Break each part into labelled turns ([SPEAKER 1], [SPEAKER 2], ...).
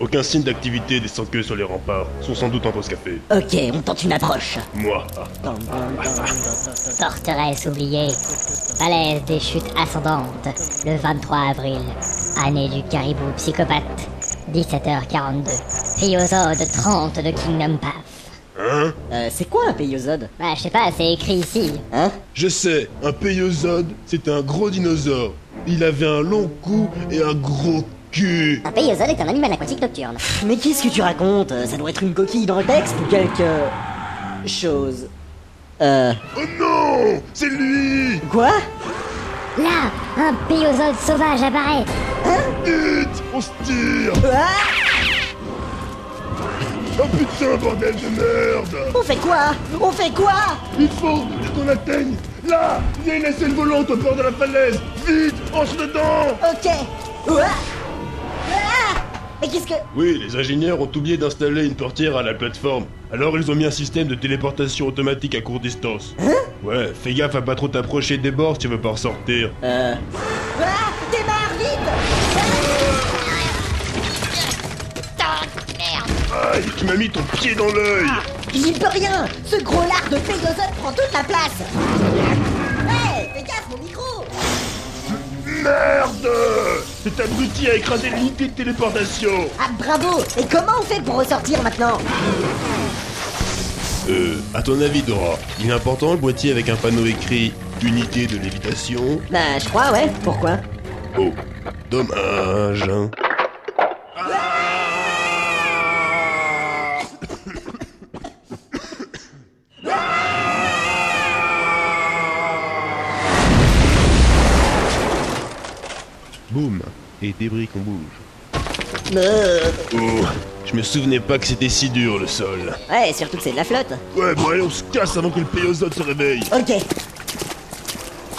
[SPEAKER 1] Aucun signe d'activité des sans-queues sur les remparts. Ils sont sans doute en pause café.
[SPEAKER 2] Ok, on tente une approche. Euh,
[SPEAKER 1] Moi, ah,
[SPEAKER 3] Forteresse oubliée, falaise des chutes ascendantes, le 23 avril, année du caribou psychopathe, 17h42, Phiosode 30 de Kingdom Path.
[SPEAKER 1] hein
[SPEAKER 2] Euh, c'est quoi un payosode
[SPEAKER 3] Bah, je sais pas, c'est écrit ici.
[SPEAKER 2] Hein
[SPEAKER 1] Je sais, un péiosode, c'était un gros dinosaure. Il avait un long cou et un gros cul.
[SPEAKER 3] Un péiosode est un animal aquatique nocturne.
[SPEAKER 2] Mais qu'est-ce que tu racontes Euh, Ça doit être une coquille dans le texte ou quelque... chose. Euh...
[SPEAKER 1] Oh non C'est lui
[SPEAKER 2] Quoi
[SPEAKER 3] Là, un péiosode sauvage apparaît.
[SPEAKER 1] Vite On se tire
[SPEAKER 2] Ah
[SPEAKER 1] Oh putain, bordel de merde
[SPEAKER 2] On fait quoi On fait quoi
[SPEAKER 1] Il faut qu'on atteigne Là Viens laisser le volant au bord de la falaise Vite On se dedans
[SPEAKER 2] Ok. Ouah. Ah Mais qu'est-ce que...
[SPEAKER 1] Oui, les ingénieurs ont oublié d'installer une portière à la plateforme. Alors ils ont mis un système de téléportation automatique à courte distance. ouais, fais gaffe à pas trop t'approcher des bords si tu veux pas ressortir.
[SPEAKER 2] Euh... Ah Démarre vite
[SPEAKER 1] Aïe, tu m'as mis ton pied dans l'œil
[SPEAKER 2] J'y peux rien Ce gros lard de payosode prend toute la place Hey Fais gaffe, mon micro
[SPEAKER 1] Merde Cet abruti a écrasé l'unité de téléportation
[SPEAKER 2] Ah bravo Et comment on fait pour ressortir maintenant
[SPEAKER 1] Euh, à ton avis, Dora, il est important le boîtier avec un panneau écrit Unité de lévitation
[SPEAKER 2] Bah je crois ouais, pourquoi
[SPEAKER 1] Oh, dommage. hein. Boum, et débris qu'on bouge.
[SPEAKER 2] Euh...
[SPEAKER 1] Oh, je me souvenais pas que c'était si dur le sol.
[SPEAKER 2] Ouais, surtout que c'est de la flotte
[SPEAKER 1] Ouais, bon allez, on se casse avant que le péiosode se réveille.
[SPEAKER 2] Ok,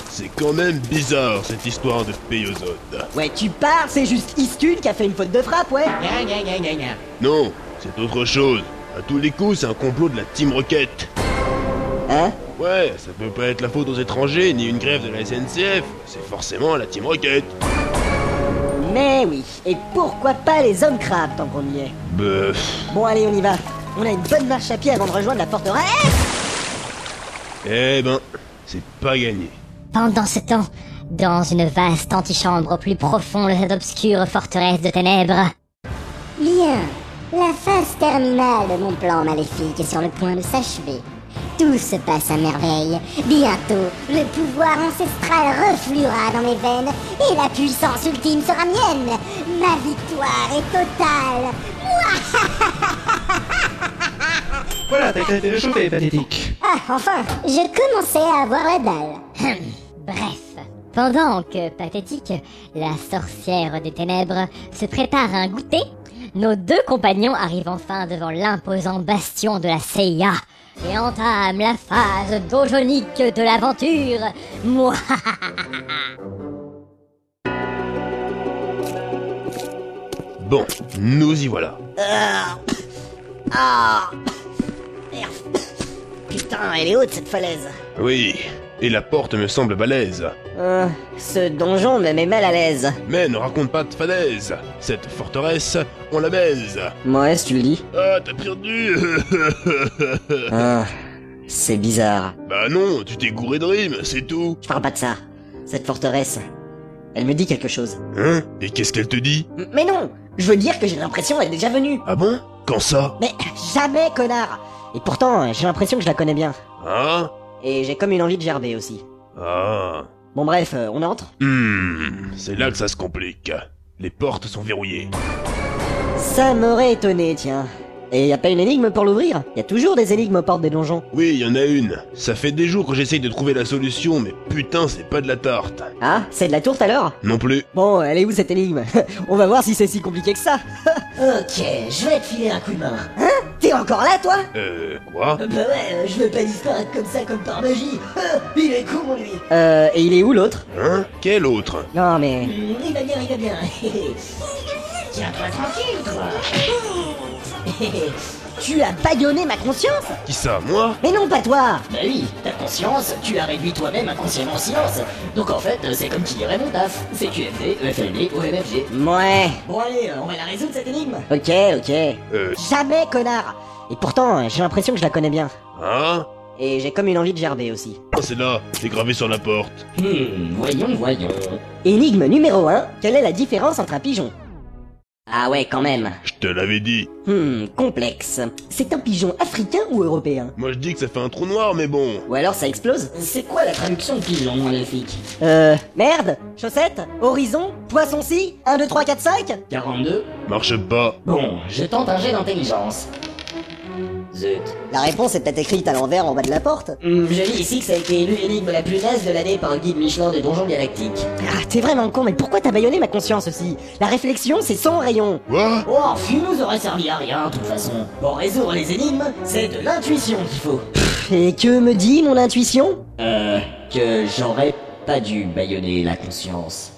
[SPEAKER 1] C'est quand même bizarre cette histoire de péiosode.
[SPEAKER 2] ouais tu parles, c'est juste Istune qui a fait une faute de frappe, ouais
[SPEAKER 1] Non, c'est autre chose. À tous les coups, c'est un complot de la Team Rocket.
[SPEAKER 2] Hein
[SPEAKER 1] Ouais, ça peut pas être la faute aux étrangers ni une grève de la SNCF. C'est forcément la Team Rocket.
[SPEAKER 2] Mais oui, et pourquoi pas les hommes crabes tant qu'on y est
[SPEAKER 1] Bœuf.
[SPEAKER 2] Bon allez, on y va. On a une bonne marche à pied avant de rejoindre la forteresse.
[SPEAKER 1] Eh ben, c'est pas gagné.
[SPEAKER 3] Pendant ce temps, dans une vaste antichambre au plus profond de cette obscure forteresse de ténèbres,
[SPEAKER 4] Bien, la phase terminale de mon plan maléfique est sur le point de s'achever. Tout se passe à merveille. Bientôt, le pouvoir ancestral refluera dans mes veines et la puissance ultime sera mienne. Ma victoire est totale.
[SPEAKER 5] Voilà, t'as été le show, est pathétique.
[SPEAKER 4] Ah, enfin, je commençais à avoir la dalle.
[SPEAKER 3] Hum, Bref, pendant que, pathétique, la sorcière des ténèbres se prépare à un goûter, nos deux compagnons arrivent enfin devant l'imposant bastion de la CIA et entament la phase dojonique de l'aventure. Moi,
[SPEAKER 1] Bon, nous y voilà.
[SPEAKER 2] Ah Merde. Putain, elle est haute cette falaise.
[SPEAKER 1] Oui, et la porte me semble balèze.
[SPEAKER 2] Euh, ce donjon me met mal à l'aise.
[SPEAKER 1] Mais ne raconte pas de fadaise. Cette forteresse, on la baise.
[SPEAKER 2] Moi, si tu le dis.
[SPEAKER 1] Ah, t'as perdu
[SPEAKER 2] Ah, c'est bizarre.
[SPEAKER 1] Bah non, tu t'es gouré de rimes, c'est tout.
[SPEAKER 2] Je parle pas de ça. Cette forteresse, elle me dit quelque chose.
[SPEAKER 1] Hein Et qu'est-ce qu'elle te dit
[SPEAKER 2] M- Mais non Je veux dire que j'ai l'impression qu'elle est déjà venue.
[SPEAKER 1] Ah bon Quand ça
[SPEAKER 2] Mais jamais, connard Et pourtant, j'ai l'impression que je la connais bien.
[SPEAKER 1] Hein
[SPEAKER 2] Et j'ai comme une envie de gerber aussi.
[SPEAKER 1] Ah.
[SPEAKER 2] Bon bref, euh, on entre
[SPEAKER 1] Hmm, c'est là que ça se complique. Les portes sont verrouillées.
[SPEAKER 2] Ça m'aurait étonné, tiens. Et y a pas une énigme pour l'ouvrir Y a toujours des énigmes aux portes des donjons.
[SPEAKER 1] Oui, il y en a une. Ça fait des jours que j'essaye de trouver la solution, mais putain, c'est pas de la tarte.
[SPEAKER 2] Ah, c'est de la tourte alors
[SPEAKER 1] Non plus.
[SPEAKER 2] Bon, elle est où cette énigme On va voir si c'est si compliqué que ça. ok, je vais te filer un coup de main. Hein T'es encore là, toi
[SPEAKER 1] Euh, quoi
[SPEAKER 2] Bah ouais, je veux pas disparaître comme ça, comme par magie. il est con, lui. Euh, et il est où l'autre
[SPEAKER 1] Hein Quel autre
[SPEAKER 2] Non, mais...
[SPEAKER 6] Il va bien, il va bien. Tiens-toi tranquille, toi.
[SPEAKER 2] Tu as bâillonné ma conscience
[SPEAKER 1] Qui ça, moi
[SPEAKER 2] Mais non, pas toi
[SPEAKER 6] Bah oui, ta conscience, tu as réduit toi-même inconsciemment en silence. Donc en fait, c'est comme qui dirait mon taf. CQFD, EFLD, OMFG.
[SPEAKER 2] Ouais,
[SPEAKER 6] Bon allez, euh, on va la résoudre cette énigme.
[SPEAKER 2] ok, ok.
[SPEAKER 1] Euh,
[SPEAKER 2] Jamais, connard Et pourtant, euh, j'ai l'impression que je la connais bien.
[SPEAKER 1] hein
[SPEAKER 2] Et j'ai comme une envie de gerber aussi.
[SPEAKER 1] Oh, c'est là, c'est gravé sur la porte.
[SPEAKER 6] Hmm, voyons, voyons.
[SPEAKER 2] Énigme numéro 1, quelle est la différence entre un pigeon Ah ouais, quand même.
[SPEAKER 1] Je te l'avais dit.
[SPEAKER 2] Hmm, complexe. C'est un pigeon africain ou européen
[SPEAKER 1] Moi, je dis que ça fait un trou noir, mais bon.
[SPEAKER 2] Ou alors ça explose
[SPEAKER 6] C'est quoi la traduction de pigeon en elfique
[SPEAKER 2] Euh, merde Chaussettes Horizon Poisson-ci 1, 2, 3, 4, 5
[SPEAKER 6] 42
[SPEAKER 1] Marche pas.
[SPEAKER 6] Bon, je tente un jet d'intelligence. Zut.
[SPEAKER 2] La réponse est peut-être écrite à l'envers en bas de la porte.
[SPEAKER 6] Hmm, je lis ici que ça a été élu énigme la plus naze de l'année par le guide Michelin des donjons galactiques.
[SPEAKER 2] Ah, t'es vraiment con, mais pourquoi t'as baïonné ma conscience aussi La réflexion, c'est sans rayon
[SPEAKER 1] Quoi
[SPEAKER 6] Oh, un fût nous aurait servi à rien, de toute façon. Pour résoudre les énigmes, c'est de l'intuition qu'il faut.
[SPEAKER 2] Et que me dit mon intuition
[SPEAKER 6] Euh, que j'aurais pas dû baïonner la conscience.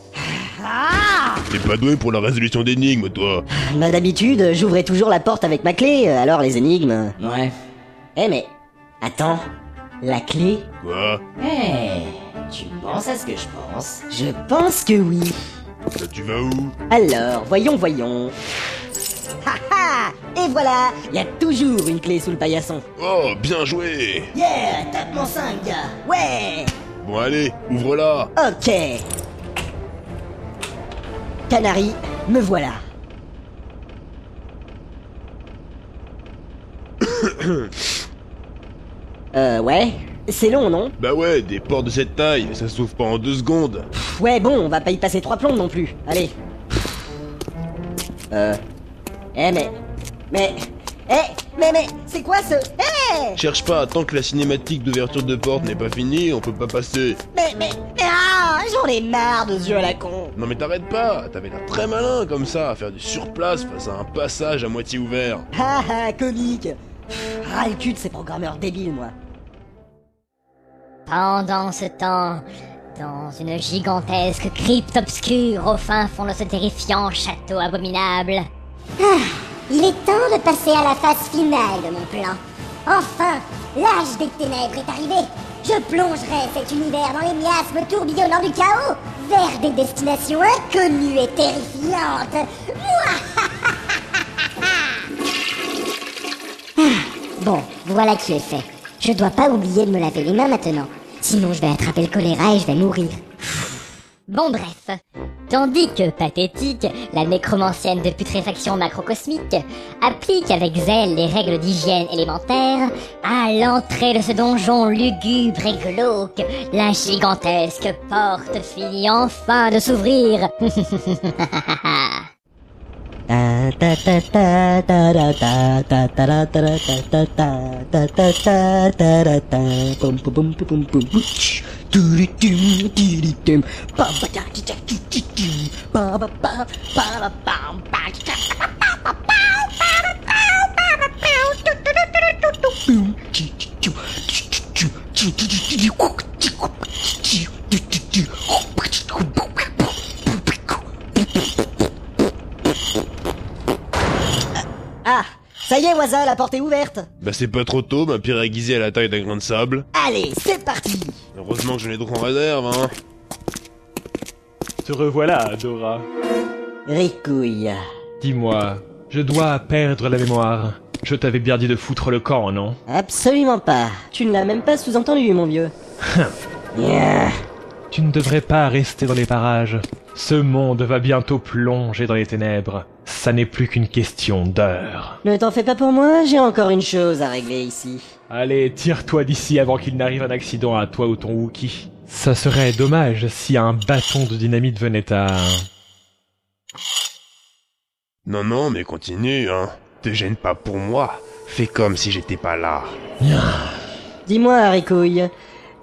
[SPEAKER 1] T'es pas doué pour la résolution d'énigmes, toi.
[SPEAKER 2] Bah d'habitude, j'ouvrais toujours la porte avec ma clé, euh, alors les énigmes...
[SPEAKER 6] Ouais.
[SPEAKER 2] Eh mais... Attends... La clé
[SPEAKER 1] Quoi
[SPEAKER 6] Eh, tu penses à ce que je pense
[SPEAKER 2] Je pense que oui.
[SPEAKER 1] Là, tu vas où
[SPEAKER 2] Alors, voyons, voyons... Ha ha Et voilà Il y a toujours une clé sous le paillasson.
[SPEAKER 1] Oh, bien joué
[SPEAKER 6] Yeah, tape mon 5, gars
[SPEAKER 2] Ouais
[SPEAKER 1] Bon, allez, ouvre-la
[SPEAKER 2] Ok. Canary, me voilà. euh, ouais. C'est long, non
[SPEAKER 1] Bah ouais, des portes de cette taille, ça s'ouvre pas en deux secondes.
[SPEAKER 2] Pff, Ouais, bon, on va pas y passer trois plombes non plus. Allez. Euh. Eh, mais. Mais. Eh, mais, mais, c'est quoi ce. Eh
[SPEAKER 1] Cherche pas, tant que la cinématique d'ouverture de porte n'est pas finie, on peut pas passer.
[SPEAKER 2] Mais, mais, mais, ah J'en ai marre de ce jeu à la con
[SPEAKER 1] Non mais t'arrêtes pas, t'avais l'air très malin comme ça, à faire du surplace face à un passage à moitié ouvert.
[SPEAKER 2] Ah ah, comique Pff, Ras le cul de ces programmeurs débiles, moi.
[SPEAKER 3] Pendant ce temps, dans une gigantesque crypte obscure au fin fond de ce terrifiant château abominable,
[SPEAKER 4] Ah, Il est temps de passer à la phase finale de mon plan. Enfin, l'âge des ténèbres est arrivé. Je plongerai cet univers dans les miasmes tourbillonnants du chaos, vers des destinations inconnues et terrifiantes.
[SPEAKER 3] Bon,
[SPEAKER 4] Voilà qui est fait. Je dois pas oublier de me laver les mains maintenant. Sinon, je vais attraper le choléra et je vais mourir.
[SPEAKER 3] Bon bref, tandis que Pathétique, la nécromancienne de putréfaction macrocosmique, applique avec zèle les règles d'hygiène élémentaire, à l'entrée de ce donjon lugubre et glauque, la gigantesque porte finit enfin de s'ouvrir.
[SPEAKER 2] Ta ta ta ta ta ra ta ta ta ra ta ra ta ta ta ta ta ta ta ra ta. Pom pom pom pom pom pom. Tch. Turutum, turutum. Pa pa ta ti ta ti ti ti. Pa pa pa, pa pa pam, pa ti ta pa pa pa pao, pa pa pao, pa pa pao. Tu tu tu tu tu tu. Pum, tchi, tchi, tchou, tchi, tchi, tchou, tchi, tchi, tchi, tchi, tchi, couc, tchi, couc, tchi, tchi, tchi, tchi, tchi, couc, tchi, couc, pouc, pouc, pouc, pouc, couc. Ah, ça y est, Waza, la porte est ouverte.
[SPEAKER 1] Bah c'est pas trop tôt, ma pierre aiguisée à la taille d'un grain de sable.
[SPEAKER 2] Allez, c'est parti.
[SPEAKER 1] Heureusement que je l'ai donc en réserve, hein.
[SPEAKER 7] Te revoilà, Dora.
[SPEAKER 2] Ricouille.
[SPEAKER 7] Dis-moi, je dois perdre la mémoire. Je t'avais bien dit de foutre le camp, non
[SPEAKER 2] Absolument pas. Tu ne l'as même pas sous-entendu, mon vieux. Yeah.
[SPEAKER 7] Tu ne devrais pas rester dans les parages. Ce monde va bientôt plonger dans les ténèbres. Ça n'est plus qu'une question d'heure.
[SPEAKER 2] Ne t'en fais pas pour moi, j'ai encore une chose à régler ici.
[SPEAKER 7] Allez, tire-toi d'ici avant qu'il n'arrive un accident à toi ou ton Wookie. Ça serait dommage si un bâton de dynamite venait à...
[SPEAKER 1] Non non, mais continue, hein. Te gêne pas pour moi. Fais comme si j'étais pas là.
[SPEAKER 2] Dis-moi, Ricouille,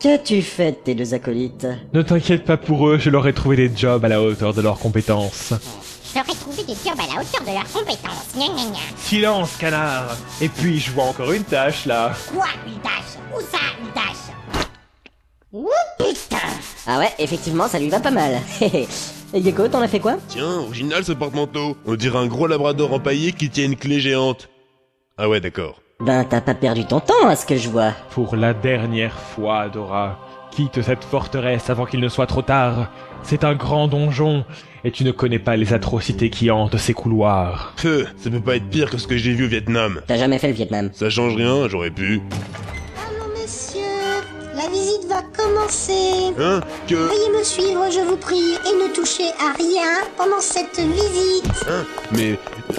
[SPEAKER 2] qu'as-tu fait de tes deux acolytes
[SPEAKER 7] Ne t'inquiète pas pour eux, je leur ai trouvé des jobs à la hauteur de leurs compétences.
[SPEAKER 4] J'aurais trouvé des jobs à la hauteur de leurs compétences. Gna gna gna.
[SPEAKER 7] Silence, canard Et puis, je vois encore une tâche, là.
[SPEAKER 4] Quoi, une tâche Où ça, une tâche Ouh, putain
[SPEAKER 2] Ah ouais, effectivement, ça lui va pas mal. Hé, hé. Et Gecko, t'en as fait quoi
[SPEAKER 1] Tiens, original ce porte-manteau. On dirait un gros labrador empaillé qui tient une clé géante. Ah ouais, d'accord.
[SPEAKER 2] Ben, t'as pas perdu ton temps à ce que je vois.
[SPEAKER 7] Pour la dernière fois, Dora, quitte cette forteresse avant qu'il ne soit trop tard. C'est un grand donjon, et tu ne connais pas les atrocités qui hantent ces couloirs.
[SPEAKER 1] Pfeu, ça peut pas être pire que ce que j'ai vu au Vietnam.
[SPEAKER 2] T'as jamais fait le Vietnam.
[SPEAKER 1] Ça change rien, j'aurais pu.
[SPEAKER 8] Allons, messieurs, la visite va commencer.
[SPEAKER 1] Hein Que.
[SPEAKER 8] Veuillez me suivre, je vous prie, et ne touchez à rien pendant cette visite.
[SPEAKER 1] Hein Mais.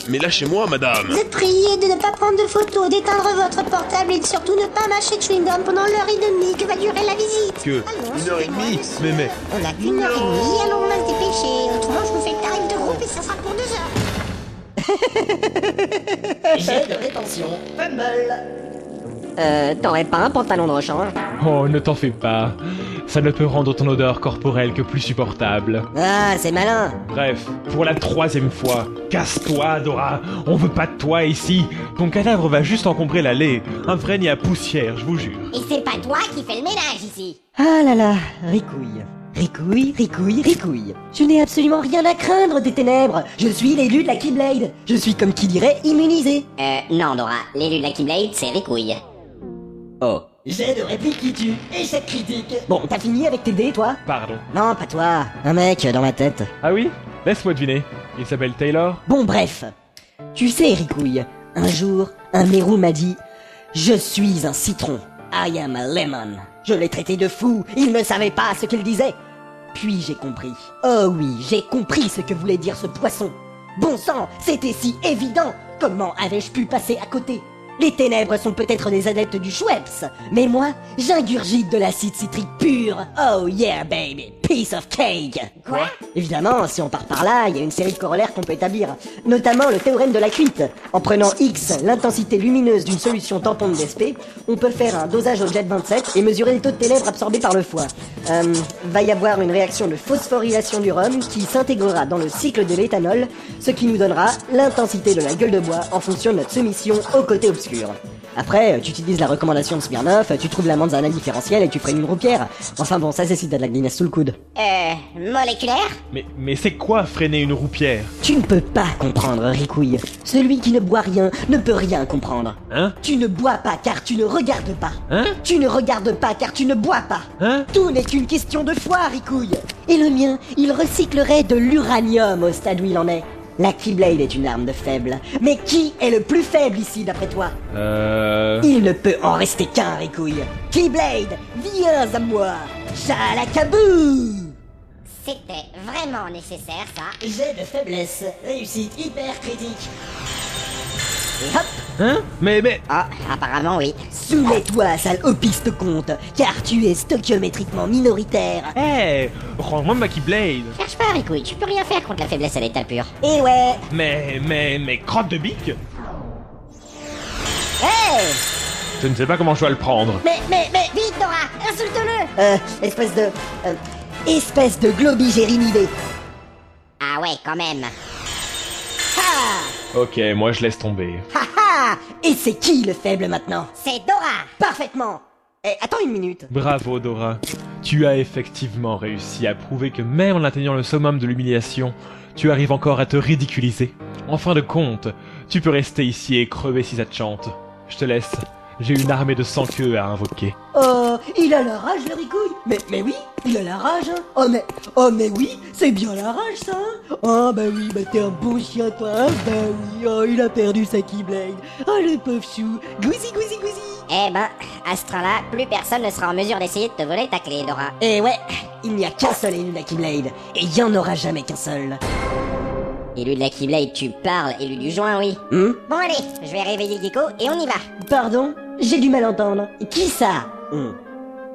[SPEAKER 1] Mais lâchez-moi, madame
[SPEAKER 8] Vous êtes priés de ne pas prendre de photos, d'éteindre votre portable et de surtout ne pas mâcher de chewing-gum pendant l'heure et demie que va durer la visite.
[SPEAKER 1] Que.
[SPEAKER 8] Allons,
[SPEAKER 1] Une heure et demie
[SPEAKER 8] suivez-moi,
[SPEAKER 1] Mais mais.
[SPEAKER 8] On a qu'une heure et demie, alors on va se dépêcher. Autrement, je vous fais le tarif de groupe et ça sera pour deux heures.
[SPEAKER 6] J'ai de rétention. Fumble.
[SPEAKER 2] Euh, t'aurais pas un pantalon de rechange
[SPEAKER 7] Oh, ne t'en fais pas. Ça ne peut rendre ton odeur corporelle que plus supportable.
[SPEAKER 2] Ah, c'est malin.
[SPEAKER 7] Bref, pour la troisième fois, casse-toi, Dora. On veut pas de toi ici. Ton cadavre va juste encombrer l'allée. Un vrai nid à poussière, je vous jure.
[SPEAKER 4] Et c'est pas toi qui fais le ménage ici.
[SPEAKER 2] Ah là là, ricouille. Ricouille, ricouille, ricouille. Je n'ai absolument rien à craindre des ténèbres. Je suis l'élu de la Keyblade. Je suis, comme qui dirait, immunisé.
[SPEAKER 4] Euh, non, Dora, l'élu de la Keyblade, c'est Ricouille.
[SPEAKER 2] Oh.
[SPEAKER 6] J'ai de réplique qui tue. Échec critique.
[SPEAKER 2] Bon, t'as fini avec tes dés, toi
[SPEAKER 7] Pardon.
[SPEAKER 2] Non, pas toi. Un mec dans ma tête.
[SPEAKER 7] Ah oui Laisse-moi deviner. Il s'appelle Taylor
[SPEAKER 2] Bon, bref. Tu sais, Ricouille, un jour, un mérou m'a dit Je suis un citron. I am a lemon. Je l'ai traité de fou. Il ne savait pas ce qu'il disait. Puis j'ai compris. Oh oui, j'ai compris ce que voulait dire ce poisson. Bon sang, c'était si évident. Comment avais-je pu passer à côté Les ténèbres sont peut-être des adeptes du Schweppes, mais moi, j'ingurgite de l'acide citrique pur. Oh yeah, baby, piece of cake. Quoi Évidemment, si on part par là, il y a une série de corollaires qu'on peut établir, notamment le théorème de la cuite. En prenant X, l'intensité lumineuse d'une solution tampon de DSP, on peut faire un dosage au jet 27 et mesurer le taux de ténèbres absorbé par le foie. Euh, va y avoir une réaction de phosphorylation du rhum qui s'intégrera dans le cycle de l'éthanol, ce qui nous donnera l'intensité de la gueule de bois en fonction de notre soumission au côté obscur. Après, euh, tu utilises la recommandation de Smirnoff, euh, tu trouves la manzana différentielle et tu prennes une roupière. Enfin bon, ça c'est si t'as de la Guinness sous le coude.
[SPEAKER 4] Euh, moléculaire
[SPEAKER 7] Mais, mais c'est quoi freiner une roupière
[SPEAKER 2] Tu ne peux pas comprendre, Ricouille. Celui qui ne boit rien ne peut rien comprendre.
[SPEAKER 7] Hein
[SPEAKER 2] Tu ne bois pas car tu ne regardes pas.
[SPEAKER 7] Hein
[SPEAKER 2] Tu ne regardes pas car tu ne bois pas.
[SPEAKER 7] Hein
[SPEAKER 2] Tout n'est qu'une question de foi, Ricouille. Et le mien, il recyclerait de l'uranium au stade où il en est. La Keyblade est une arme de faible. Mais qui est le plus faible ici, d'après toi
[SPEAKER 7] Euh...
[SPEAKER 2] Il ne peut en rester qu'un, Ricouille. Keyblade, viens à moi. Chalakabou
[SPEAKER 4] C'était vraiment nécessaire, ça.
[SPEAKER 6] J'ai de faiblesse. Réussite hyper critique.
[SPEAKER 7] Hein Mais, mais...
[SPEAKER 4] Ah, apparemment, oui.
[SPEAKER 2] Soumets-toi, sale opiste compte, car tu es stochiométriquement minoritaire.
[SPEAKER 7] Hé Rends-moi ma Keyblade
[SPEAKER 4] Cherche pas, Ricouille, tu peux rien faire contre la faiblesse à l'état pur.
[SPEAKER 2] Et ouais,
[SPEAKER 7] Mais, mais, mais crotte de bique
[SPEAKER 4] Hey
[SPEAKER 7] Je ne sais pas comment je dois le prendre.
[SPEAKER 4] Mais, mais, mais, vite, Dora Insulte-le
[SPEAKER 2] euh, espèce de... euh, espèce de globigérinidé.
[SPEAKER 4] Ah ouais, quand même.
[SPEAKER 7] Ok, moi je laisse tomber.
[SPEAKER 2] Ha ha Et c'est qui le faible maintenant
[SPEAKER 4] C'est Dora
[SPEAKER 2] Parfaitement Eh, attends une minute.
[SPEAKER 7] Bravo Dora. Tu as effectivement réussi à prouver que même en atteignant le summum de l'humiliation, tu arrives encore à te ridiculiser. En fin de compte, tu peux rester ici et crever si ça te chante. Je te laisse. J'ai une armée de sans queues à invoquer.
[SPEAKER 2] Oh, il a la rage, le ricouille Mais, mais oui, il a la rage, hein Oh, mais, oh, mais oui, c'est bien la rage, ça, hein Oh, bah oui, bah t'es un bon chien, toi, hein Bah oui, oh, il a perdu sa Keyblade Oh, le pauvre chou Gousi, gousi, gousi
[SPEAKER 4] Eh ben, à ce train-là, plus personne ne sera en mesure d'essayer de te voler ta clé, Dora.
[SPEAKER 2] Eh ouais, il n'y a qu'un seul élu de la Keyblade, et il n'y en aura jamais qu'un seul.
[SPEAKER 4] Élu de la Keyblade, tu parles, élu du joint, oui.
[SPEAKER 2] Hmm
[SPEAKER 4] Bon allez, je vais réveiller Gecko et on y va.
[SPEAKER 2] Pardon J'ai du mal à entendre. Qui ça Hmm.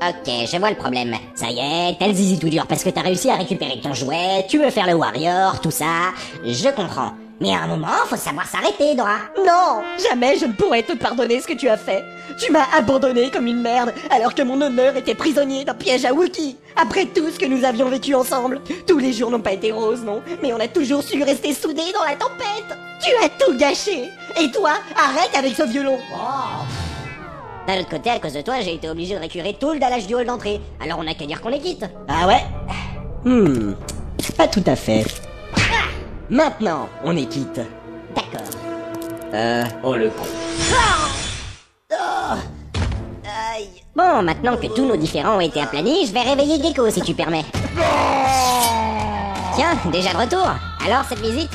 [SPEAKER 4] Ok, je vois le problème. Ça y est, t'as le zizi tout dur parce que t'as réussi à récupérer ton jouet, tu veux faire le warrior, tout ça. Je comprends. Mais à un moment, faut savoir s'arrêter, Dora.
[SPEAKER 2] Non Jamais je ne pourrais te pardonner ce que tu as fait Tu m'as abandonné comme une merde, alors que mon honneur était prisonnier d'un piège à Wookie Après tout ce que nous avions vécu ensemble Tous les jours n'ont pas été roses, non Mais on a toujours su rester soudés dans la tempête Tu as tout gâché Et toi, arrête avec ce violon
[SPEAKER 4] Oh. D'un autre côté, à cause de toi, j'ai été obligé de récurer tout le dallage du hall d'entrée. Alors on a qu'à dire qu'on les quitte.
[SPEAKER 2] Ah ouais Hmm... Pas tout à fait. Maintenant, on est quitte.
[SPEAKER 4] D'accord.
[SPEAKER 2] Euh...
[SPEAKER 6] Oh le con.
[SPEAKER 4] Bon, maintenant que tous nos différends ont été aplanis, je vais réveiller Gecko si tu permets. Tiens, déjà de retour Alors cette visite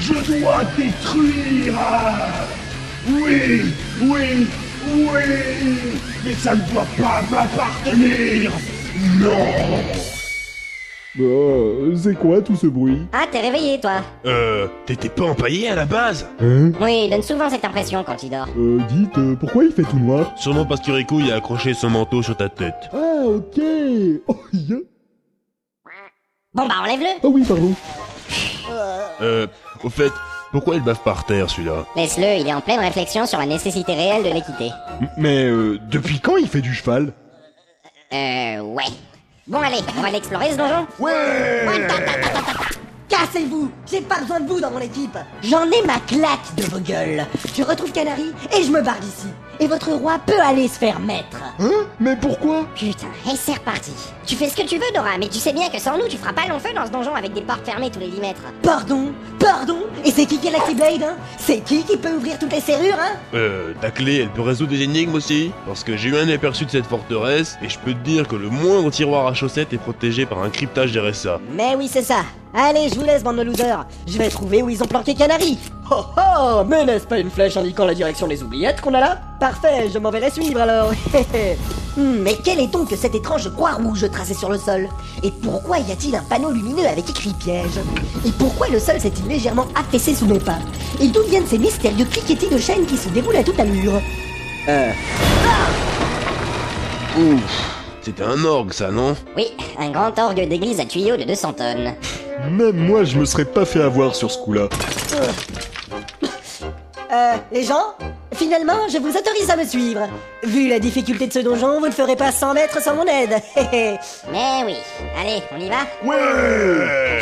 [SPEAKER 1] Je dois détruire Oui, oui, oui Mais ça ne doit pas m'appartenir Non
[SPEAKER 9] Euh, c'est quoi tout ce bruit
[SPEAKER 4] Ah, t'es réveillé toi
[SPEAKER 1] Euh, t'étais pas empaillé à la base
[SPEAKER 9] Hein
[SPEAKER 4] Oui, il donne souvent cette impression quand il dort.
[SPEAKER 9] Euh, dites, euh, pourquoi il fait tout noir
[SPEAKER 1] Sûrement parce que Rico y a accroché son manteau sur ta tête.
[SPEAKER 9] Ah, ok Oh, yeah.
[SPEAKER 4] Bon bah enlève-le
[SPEAKER 9] Ah oui, pardon.
[SPEAKER 1] Euh, au fait, pourquoi il bave par terre celui-là
[SPEAKER 4] Laisse-le, il est en pleine réflexion sur la nécessité réelle de l'équité.
[SPEAKER 9] M- Mais euh, depuis quand il fait du cheval
[SPEAKER 4] Euh, ouais. Bon allez, on va aller explorer ce donjon
[SPEAKER 2] Cassez-vous J'ai pas besoin de vous dans mon équipe J'en ai ma claque de vos gueules Je retrouve Canary et je me barre d'ici Et votre roi peut aller se faire mettre
[SPEAKER 9] Hein Mais pourquoi
[SPEAKER 4] Putain, et c'est reparti Tu fais ce que tu veux Dora, mais tu sais bien que sans nous, tu feras pas long feu dans ce donjon avec des portes fermées tous les 10 mètres.
[SPEAKER 2] Pardon Pardon Et c'est qui Galaxy Blade, hein C'est qui qui peut ouvrir toutes les serrures, hein
[SPEAKER 1] Euh, ta clé, elle peut résoudre des énigmes aussi Parce que j'ai eu un aperçu de cette forteresse, et je peux te dire que le moindre tiroir à chaussettes est protégé par un cryptage RSA.
[SPEAKER 2] Mais oui, c'est ça Allez, je vous laisse, bande de losers Je vais trouver où ils ont planqué Canary Oh oh Mais n'est-ce pas une flèche indiquant la direction des oubliettes qu'on a là Parfait, je m'en vais la suivre alors Hmm, Mais quelle est donc cette étrange croix rouge tracée sur le sol Et pourquoi y a-t-il un panneau lumineux avec écrit piège Et pourquoi le sol s'est-il légèrement affaissé sous nos pas Et d'où viennent ces mystérieux cliquetis de chaînes qui se déroulent à toute allure
[SPEAKER 1] C'était un orgue, ça, non
[SPEAKER 4] Oui, un grand orgue d'église à tuyaux de 200 tonnes.
[SPEAKER 9] Même moi, je me serais pas fait avoir sur ce coup-là.
[SPEAKER 2] Euh, les gens Finalement, je vous autorise à me suivre. Vu la difficulté de ce donjon, vous ne ferez pas 100 mètres sans mon aide. Hé, hé.
[SPEAKER 4] Mais oui, allez, on y va
[SPEAKER 1] Ouais